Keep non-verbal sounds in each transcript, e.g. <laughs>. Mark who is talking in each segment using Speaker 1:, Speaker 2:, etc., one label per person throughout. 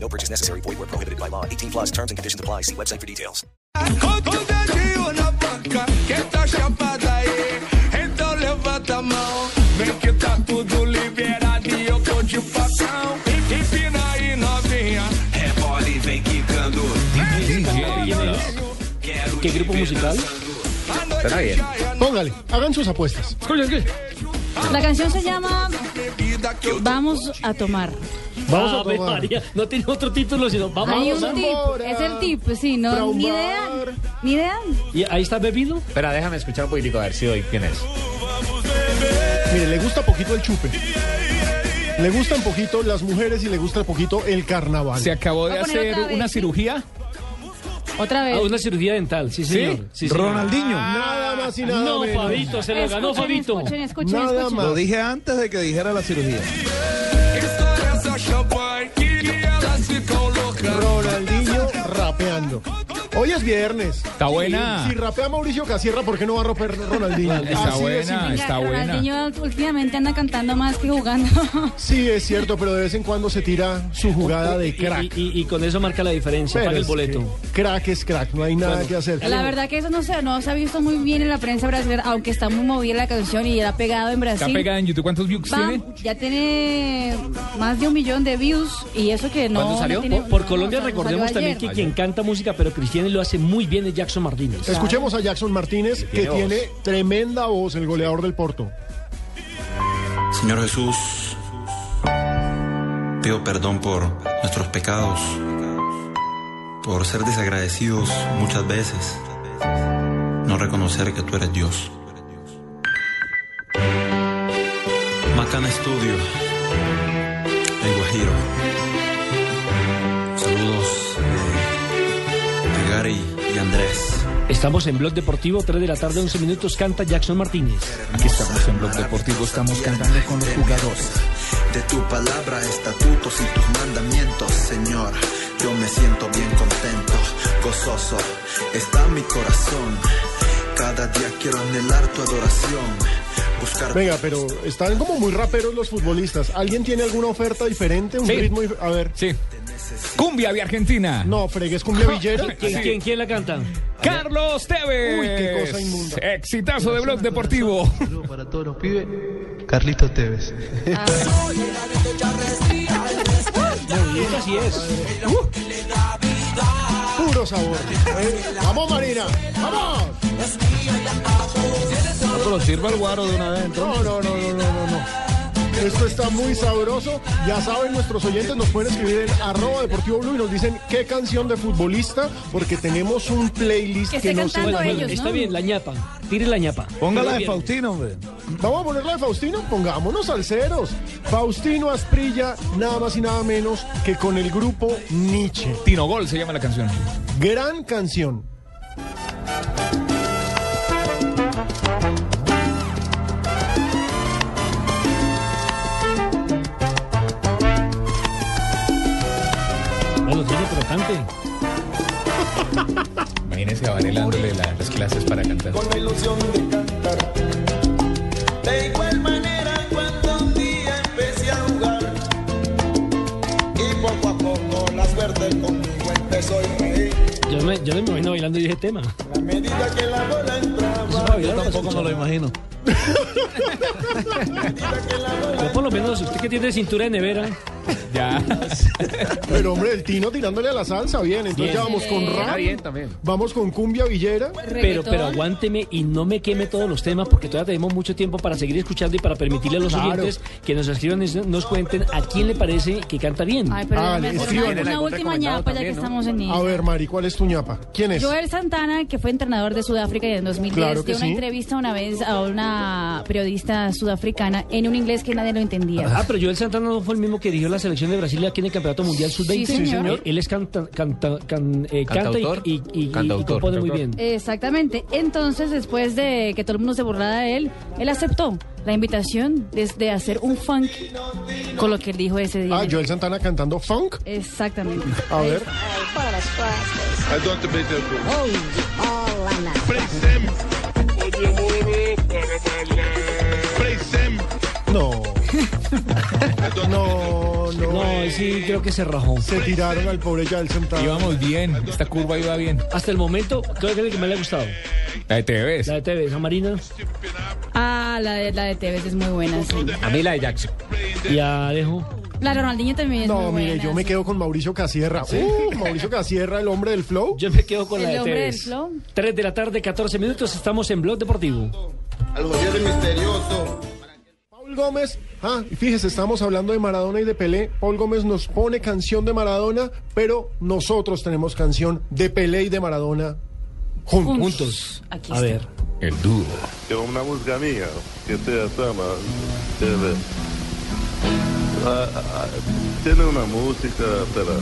Speaker 1: No purchase necessary. Void where prohibited by law. 18 plus terms and conditions apply. See website for details.
Speaker 2: Outra de una vaca que está chapada aí. Então levanta a mão. Vem que tá tudo liberado e eu tô de facão. Empina aí, novinha. Rebola e vem quicando.
Speaker 3: ¿Qué grupo musical?
Speaker 2: Está bien.
Speaker 4: Póngale, hagan sus apuestas.
Speaker 5: La canción se llama
Speaker 2: Bebida que eu
Speaker 5: Vamos a tomar.
Speaker 4: Vamos a
Speaker 3: Ave
Speaker 4: tomar.
Speaker 3: Ah, María, no tiene otro título, sino vamos
Speaker 5: Hay
Speaker 3: a
Speaker 5: un tip,
Speaker 4: enamorar,
Speaker 5: es el tip, sí, no, ni idea,
Speaker 4: traumar.
Speaker 5: ni idea.
Speaker 3: ¿Y ahí está bebido?
Speaker 6: Espera, déjame escuchar un poquitico a ver si doy quién es.
Speaker 4: Mire, le gusta poquito el chupe. Le gustan poquito las mujeres y le gusta poquito el carnaval.
Speaker 7: Se acabó de
Speaker 5: Voy a poner
Speaker 7: hacer
Speaker 5: otra vez,
Speaker 7: una
Speaker 5: ¿sí?
Speaker 7: cirugía.
Speaker 5: Otra vez.
Speaker 3: Ah, una cirugía dental, sí, señor. Sí, señor.
Speaker 8: Ah.
Speaker 7: Ronaldinho.
Speaker 4: Nada más y nada
Speaker 3: No,
Speaker 4: menos.
Speaker 3: Fabito, se lo ganó
Speaker 5: Escuchen,
Speaker 3: Fabito.
Speaker 5: escuchen, escuchen,
Speaker 4: Nada
Speaker 5: escuchen.
Speaker 4: más.
Speaker 8: dije antes de que dijera la cirugía.
Speaker 2: estoura essa champanhe. Que elas ficam loucas.
Speaker 4: Ronaldinho rapeando. Hoy es viernes.
Speaker 7: Está buena.
Speaker 4: Si, si rapea Mauricio Casierra, ¿por qué no va a romper Ronaldinho?
Speaker 7: Está
Speaker 4: Así de
Speaker 7: buena,
Speaker 4: simple.
Speaker 5: Venga,
Speaker 7: está buena.
Speaker 5: Ronaldinho últimamente anda cantando más que jugando.
Speaker 4: Sí, es cierto, pero de vez en cuando se tira su jugada de crack.
Speaker 3: Y, y- y con eso marca la diferencia,
Speaker 4: Pero
Speaker 3: paga el
Speaker 4: es
Speaker 3: boleto.
Speaker 4: que crack es crack, no hay nada que hacer.
Speaker 5: la verdad que eso no se, no se ha visto muy bien en la prensa brasileña, aunque está muy movida la canción y era pegado en Brasil.
Speaker 7: Está pegada en YouTube. ¿Cuántos views
Speaker 5: Bam,
Speaker 7: tiene?
Speaker 5: ya tiene más de un millón de views y eso que no.
Speaker 6: ¿Cuándo
Speaker 5: no
Speaker 6: salió?
Speaker 5: tiene-
Speaker 3: Por, por
Speaker 5: no,
Speaker 3: Colombia
Speaker 5: no, salió
Speaker 3: recordemos también
Speaker 5: ayer.
Speaker 3: que quien canta música pero cristiana y lo hace muy bien es Jackson Martínez.
Speaker 4: Escuchemos a Jackson Martínez, que
Speaker 6: voz.
Speaker 4: tiene tremenda voz, el goleador del Porto.
Speaker 9: Señor Jesús, pido perdón por nuestros pecados, por ser desagradecidos muchas veces, no reconocer que tú eres Dios. Macana Estudio, El Guajiro. Saludos eh, de Gary y Andrés.
Speaker 3: Estamos en Blog Deportivo, 3 de la tarde, 11 minutos, canta Jackson Martínez.
Speaker 7: Aquí estamos en Blog Deportivo, estamos cantando con los jugadores.
Speaker 9: De tu palabra, estatutos y tus mandamientos, Señor. Yo me siento bien contento, gozoso, está mi corazón. Cada día quiero anhelar tu adoración. Buscar
Speaker 4: Venga, pero están como muy raperos los futbolistas. ¿Alguien tiene alguna oferta diferente? Un
Speaker 7: Sí.
Speaker 4: ritmo. dif- A ver.
Speaker 7: Sí. Cumbia de Argentina.
Speaker 4: No, fregues cumbia villera.
Speaker 3: ¿Quién, quién, quién la canta?
Speaker 7: Carlos Tevez.
Speaker 4: Uy, qué cosa inmunda.
Speaker 7: Exitazo de Blog Deportivo.
Speaker 8: Para todos los pibes, Carlitos Tevez.
Speaker 3: Esta sí es.
Speaker 4: Puro sabor. Eh, Vamos, Marina. Vamos.
Speaker 8: Pero sirva el guaro de una vez, entonces.
Speaker 4: No, no, no, no, no, no, no. Esto está muy sabroso. Ya saben, nuestros oyentes nos pueden escribir en arroba deportivo blue y nos dicen qué canción de futbolista, porque tenemos un playlist
Speaker 5: Que
Speaker 4: que,
Speaker 5: esté
Speaker 4: nos
Speaker 5: cantando
Speaker 4: encanta.
Speaker 5: ellos, ¿no?
Speaker 3: Está bien, la ñapa. Tire la ñapa.
Speaker 8: Póngala de Faustino, hombre.
Speaker 4: Vamos a ponerla de Faustino, pongámonos salseros. Faustino Asprilla, nada más y nada menos que con el grupo Nietzsche.
Speaker 7: Tino Gol se llama la canción.
Speaker 4: Gran canción.
Speaker 3: Bueno, tiene, pero cante.
Speaker 6: <laughs> Imagínense a Varela dándole la- las clases para cantar.
Speaker 2: con la ilusión de cantar. De igual manera cuando un día empecé a jugar y poco a poco la suerte conmigo empezó a reír.
Speaker 3: Yo me, yo me imagino bailando ese tema.
Speaker 2: A medida que la bola entraba,
Speaker 3: Yo
Speaker 8: Tampoco
Speaker 2: <laughs>
Speaker 8: me lo imagino.
Speaker 3: por lo menos usted que tiene cintura de nevera.
Speaker 7: Ya.
Speaker 4: Pero hombre, el Tino tirándole a la salsa, bien. Entonces
Speaker 3: Bien.
Speaker 4: ya vamos con
Speaker 6: Está
Speaker 4: rap,
Speaker 6: bien también.
Speaker 4: vamos con cumbia villera.
Speaker 3: Pero, pero
Speaker 5: Reggaetón.
Speaker 3: aguánteme y no me queme todos los temas porque todavía tenemos mucho tiempo para seguir escuchando y para permitirle a los
Speaker 4: Claro.
Speaker 3: oyentes que nos escriban y nos cuenten a quién le parece que canta bien.
Speaker 5: Ay, pero
Speaker 4: Ah,
Speaker 5: déjame hacer
Speaker 4: escriban.
Speaker 5: una, una última
Speaker 6: Recomendado
Speaker 5: ñapa ya que
Speaker 6: también, ¿no?
Speaker 5: estamos en
Speaker 4: A ver, Mari, ¿cuál es tu ñapa? ¿Quién es?
Speaker 5: Joel Santana, que fue entrenador de Sudáfrica y en 2010,
Speaker 4: Claro que
Speaker 5: dio una
Speaker 4: sí.
Speaker 5: entrevista una vez a una una periodista sudafricana en un inglés que nadie lo entendía.
Speaker 3: Ah, pero Joel Santana no fue el mismo que dirigió la selección de Brasil aquí en el Campeonato Mundial Sub-20.
Speaker 5: Sí, señor.
Speaker 3: Él es canta, canta- can- eh, canta y,
Speaker 8: Cantautor.
Speaker 3: y- y- y
Speaker 8: Cantautor.
Speaker 3: compone muy bien.
Speaker 5: Exactamente. Entonces, después de que todo el mundo se burlara de él, él aceptó la invitación desde hacer un funk con lo que él dijo ese día.
Speaker 4: Ah, Joel Santana cantando funk.
Speaker 5: Exactamente.
Speaker 4: A ver.
Speaker 6: <laughs>
Speaker 4: No. No, no.
Speaker 3: No, ahí sí creo que se rajó.
Speaker 4: Se tiraron al pobre Joel Santana.
Speaker 8: Íbamos bien, esta curva iba bien.
Speaker 3: Hasta el momento, creo que es el que más le ha gustado.
Speaker 8: La de TVS.
Speaker 3: La de TV, San Marina
Speaker 5: Ah, la de, la de Tevez es muy buena. sí.
Speaker 8: A mí la de Jackson.
Speaker 3: y a Alejo.
Speaker 5: La de Ronaldinho también es
Speaker 4: No,
Speaker 5: muy buena.
Speaker 4: mire, yo me
Speaker 5: sí.
Speaker 4: quedo con Mauricio Casierra. Uh, Mauricio Casierra, el hombre del flow.
Speaker 3: Yo me quedo con
Speaker 5: El
Speaker 3: la de
Speaker 5: hombre
Speaker 3: TV.
Speaker 5: del flow.
Speaker 3: 3 de la tarde, 14 minutos, estamos en Blog Deportivo.
Speaker 4: Paul Gómez, ah, y fíjese, estamos hablando de Maradona y de Pelé. Paul Gómez nos pone canción de Maradona, pero nosotros tenemos canción de Pelé y de Maradona juntos.
Speaker 3: Juntos.
Speaker 5: Aquí
Speaker 3: A
Speaker 5: está.
Speaker 3: ver.
Speaker 8: El dúo.
Speaker 9: É uma música minha que se chama. eh, ah, ah, Tiene una música, espera,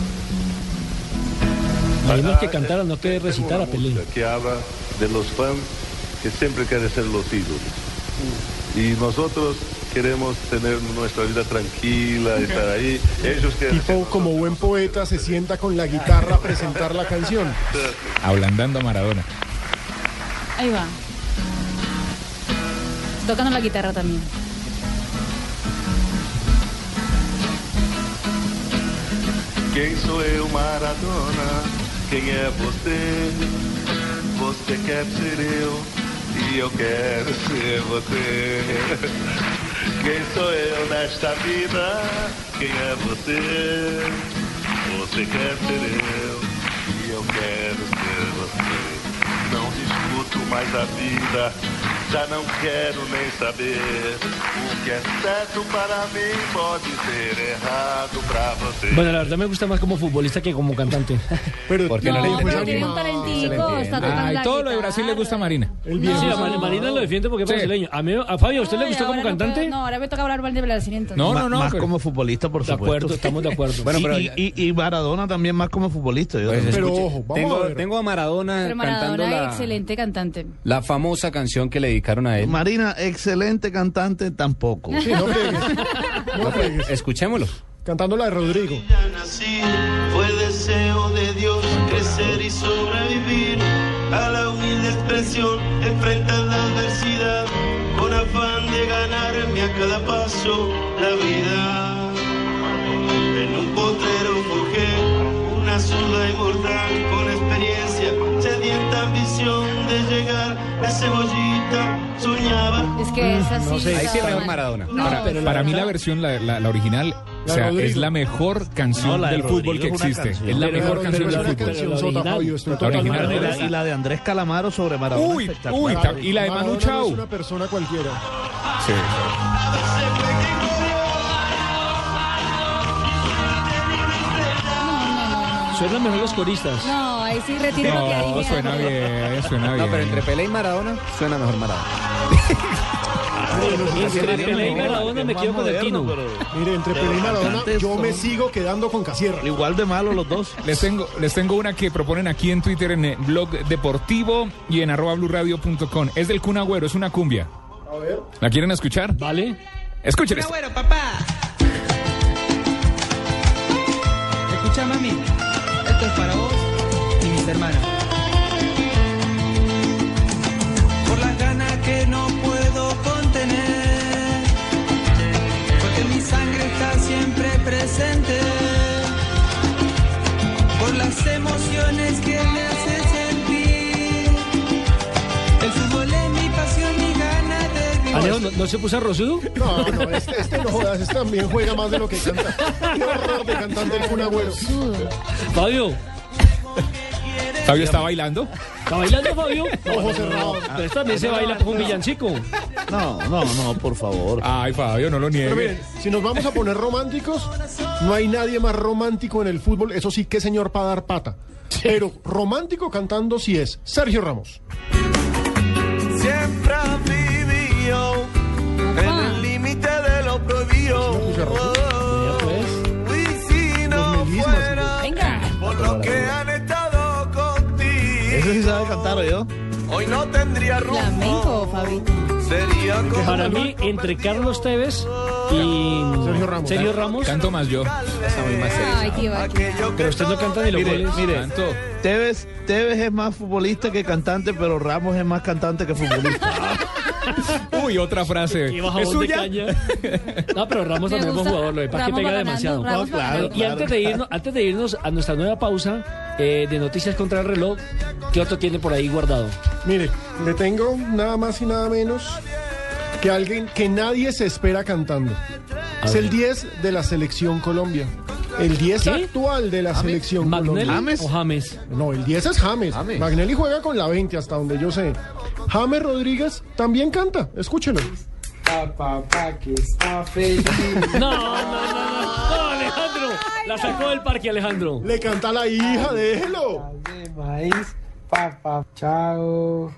Speaker 3: Además que cantar, no que
Speaker 9: Tengo
Speaker 3: recitar
Speaker 9: una
Speaker 3: a Pelé.
Speaker 9: música este que habla de los fans que siempre quieren ser los ídolos. Y nosotros queremos tener nuestra vida tranquila, estar ahí. Ellos quieren
Speaker 4: Tipo, como buen poeta, se sienta con la guitarra a presentar la canción.
Speaker 8: Ablandando a Maradona.
Speaker 5: Ahí va. Tocando la guitarra también.
Speaker 9: Quem sou eu, Maradona? Quem é você? Você quer ser eu e eu quero ser você. Quem sou eu nesta vida? Quem é você? Você quer ser eu e eu quero ser você. Não discuto mais a vida, já não quero nem saber. O que é certo para mim pode ser errado para você.
Speaker 3: Bueno, la verdad me gusta más como futbolista que como
Speaker 5: <laughs>
Speaker 3: cantante.
Speaker 4: Pero pues,
Speaker 8: ¿Por qué no le
Speaker 4: el
Speaker 5: No,
Speaker 8: entiende?
Speaker 5: pero
Speaker 4: buen
Speaker 5: tiene un
Speaker 4: animal,
Speaker 5: talentico, está tocando
Speaker 8: Ay,
Speaker 5: la
Speaker 8: todo lo de
Speaker 5: guitarra.
Speaker 8: Brasil le gusta a Marina.
Speaker 4: el
Speaker 3: Sí,
Speaker 4: viejo.
Speaker 3: a Mar- Marina lo defiende porque es
Speaker 8: Sí.
Speaker 3: brasileño. A, mí, a Fabio, ¿a usted le
Speaker 5: Ay,
Speaker 3: gustó como
Speaker 5: ahora no
Speaker 3: cantante?
Speaker 5: puedo- no, ahora me toca hablar mal de Brasil entonces.
Speaker 8: No,
Speaker 10: Ma-
Speaker 8: no, no.
Speaker 10: más
Speaker 8: pero-
Speaker 10: como futbolista, por
Speaker 3: De
Speaker 10: supuesto.
Speaker 3: acuerdo, estamos de acuerdo.
Speaker 10: Bueno,
Speaker 8: Bueno,
Speaker 10: y,
Speaker 8: pero-
Speaker 10: y, y Maradona también más como futbolista. yo
Speaker 8: Pues,
Speaker 10: también.
Speaker 4: Pero
Speaker 8: escuche,
Speaker 4: ojo, vamos
Speaker 8: tengo,
Speaker 4: a ver.
Speaker 8: tengo a Maradona,
Speaker 5: Pero Maradona,
Speaker 8: cantando la,
Speaker 5: excelente cantante.
Speaker 8: la famosa canción que le dedicaron a él.
Speaker 10: Marina, excelente cantante
Speaker 9: <laughs>
Speaker 10: tampoco.
Speaker 4: Sí, no
Speaker 8: <laughs>
Speaker 4: pegues. No pegues.
Speaker 8: Escuchémoslo.
Speaker 4: Cantando la de Rodrigo.
Speaker 9: Ya nací, fue deseo de Dios crecer y sobrevivir a la humilde expresión, enfrentar la adversidad, con afán de ganarme a cada paso la vida. En un potrero forjé una zurda inmortal con experiencia, sedienta ambición de llegar a cebollita, soñaba
Speaker 5: Es que es así.
Speaker 8: Ahí sí mejor
Speaker 5: Maradona.
Speaker 8: Maradona.
Speaker 5: No,
Speaker 8: para
Speaker 5: pero la
Speaker 8: para mí
Speaker 5: verdad-
Speaker 8: la versión, la, la- la original,
Speaker 4: La
Speaker 8: o sea,
Speaker 4: Rodrigo.
Speaker 8: es la mejor canción
Speaker 10: No, la de
Speaker 8: del fútbol
Speaker 10: Rodrigo
Speaker 8: que
Speaker 10: es una
Speaker 8: existe.
Speaker 10: canción.
Speaker 8: Es la
Speaker 3: Pero
Speaker 8: mejor
Speaker 3: la-
Speaker 8: canción
Speaker 3: pero
Speaker 8: del
Speaker 3: la
Speaker 8: fútbol.
Speaker 3: canción-
Speaker 10: La
Speaker 8: original.
Speaker 10: original era- y la de Andrés Calamaro sobre Maradona.
Speaker 8: Uy,
Speaker 10: espectacular.
Speaker 8: uy, tam- y la de
Speaker 4: Maradona
Speaker 8: Manu
Speaker 4: no
Speaker 8: Chao.
Speaker 4: es una persona cualquiera.
Speaker 8: Sí.
Speaker 3: Suenan mejor los coristas.
Speaker 5: No, ahí sí retiro lo que
Speaker 8: No,
Speaker 5: dije.
Speaker 8: suena bien, Eh, suena bien.
Speaker 2: No, pero entre Pelé y Maradona suena mejor Maradona.
Speaker 3: Entre Pelé y Maradona me
Speaker 10: Más
Speaker 3: quedo con el
Speaker 10: moderno,
Speaker 3: Tino.
Speaker 10: pero
Speaker 4: Mire, entre Pelé y Maradona,
Speaker 10: cantantes
Speaker 4: yo me
Speaker 10: son-
Speaker 4: sigo quedando con Casierra.
Speaker 10: Igual de malo los
Speaker 2: <laughs>
Speaker 10: dos.
Speaker 8: Les tengo, les tengo una que proponen aquí en Twitter, en el blog deportivo y en arroba blurradio.com. Es del Kun Agüero, es una cumbia.
Speaker 4: A ver.
Speaker 8: ¿La quieren escuchar?
Speaker 3: ¿Vale?
Speaker 8: Escuchen esto.
Speaker 2: Bueno, papá. Escucha, mami. Esto es para vos y mis hermanas. Por las ganas que no puedo contener. Porque mi sangre está siempre presente. Por las emociones que me hace sentir. El fútbol es mi pasión y ganas de vivir.
Speaker 3: Alejo, ¿no, no se puso rosudo?
Speaker 4: No, no, este, este no jodas, este también juega más de lo que canta. Qué horror de cantante el Kun Agüero.
Speaker 3: Fabio,
Speaker 8: Fabio está bailando.
Speaker 3: ¿está bailando Fabio?
Speaker 4: Ojo cerrado.
Speaker 3: Pero esta también se baila con un villancico.
Speaker 10: No, no, no, por favor.
Speaker 8: Ay, Fabio, no lo
Speaker 4: Pero
Speaker 8: niegue.
Speaker 4: miren, si nos vamos a poner románticos, no hay nadie más romántico en el fútbol. Eso sí, qué señor para dar pata. Pero romántico cantando sí es Sergio Ramos.
Speaker 9: Siempre vivió
Speaker 4: Ferro.
Speaker 2: Oh, pues.
Speaker 5: Venga.
Speaker 2: Por lo que han estado contigo.
Speaker 9: Eh.
Speaker 10: Ese sí sabe cantar, yo.
Speaker 2: Hoy no tendría rumbo.
Speaker 5: Flamenco, Fabi.
Speaker 2: Sería como
Speaker 3: Para mí, entre Carlos Tevez y Sergio Ramos,
Speaker 8: Canto más yo.
Speaker 5: Ay, qué bacano.
Speaker 3: pero usted no canta ni los
Speaker 10: Mire,
Speaker 3: goles. Ah,
Speaker 10: mire,
Speaker 8: Canto.
Speaker 10: Tevez, Tevez es más futbolista que cantante, pero Ramos es más cantante que futbolista.
Speaker 8: Uy, otra frase.
Speaker 3: Y baja
Speaker 8: ¿Es
Speaker 3: voz de
Speaker 8: suya?
Speaker 3: <laughs> caña. No, pero Ramos
Speaker 5: Me
Speaker 3: también es buen
Speaker 5: gusta.
Speaker 3: jugador, lo de paz que
Speaker 5: Ramos
Speaker 3: pega
Speaker 5: va ganando,
Speaker 3: demasiado.
Speaker 5: Ramos
Speaker 10: No,
Speaker 5: va
Speaker 10: claro.
Speaker 5: ganando.
Speaker 3: Y antes de irnos, antes de irnos a nuestra nueva pausa eh, de noticias contra el reloj, ¿qué otro tiene por ahí guardado?
Speaker 4: Mire, le tengo nada más y nada menos que alguien que nadie se espera cantando. es el 10 de la selección Colombia. El 10
Speaker 3: ¿Qué?
Speaker 4: actual de la selección
Speaker 3: ¿Magnelli
Speaker 4: Colombia.
Speaker 3: o James?
Speaker 4: No, el 10 es James.
Speaker 10: James.
Speaker 4: Magnelli juega con la 20 hasta donde yo sé. James Rodríguez también canta. Escúchenlo.
Speaker 3: No, no, no, no. No, Alejandro. La sacó del parque, Alejandro.
Speaker 4: Le canta a la hija, déjelo.
Speaker 11: de maíz, papá, chao.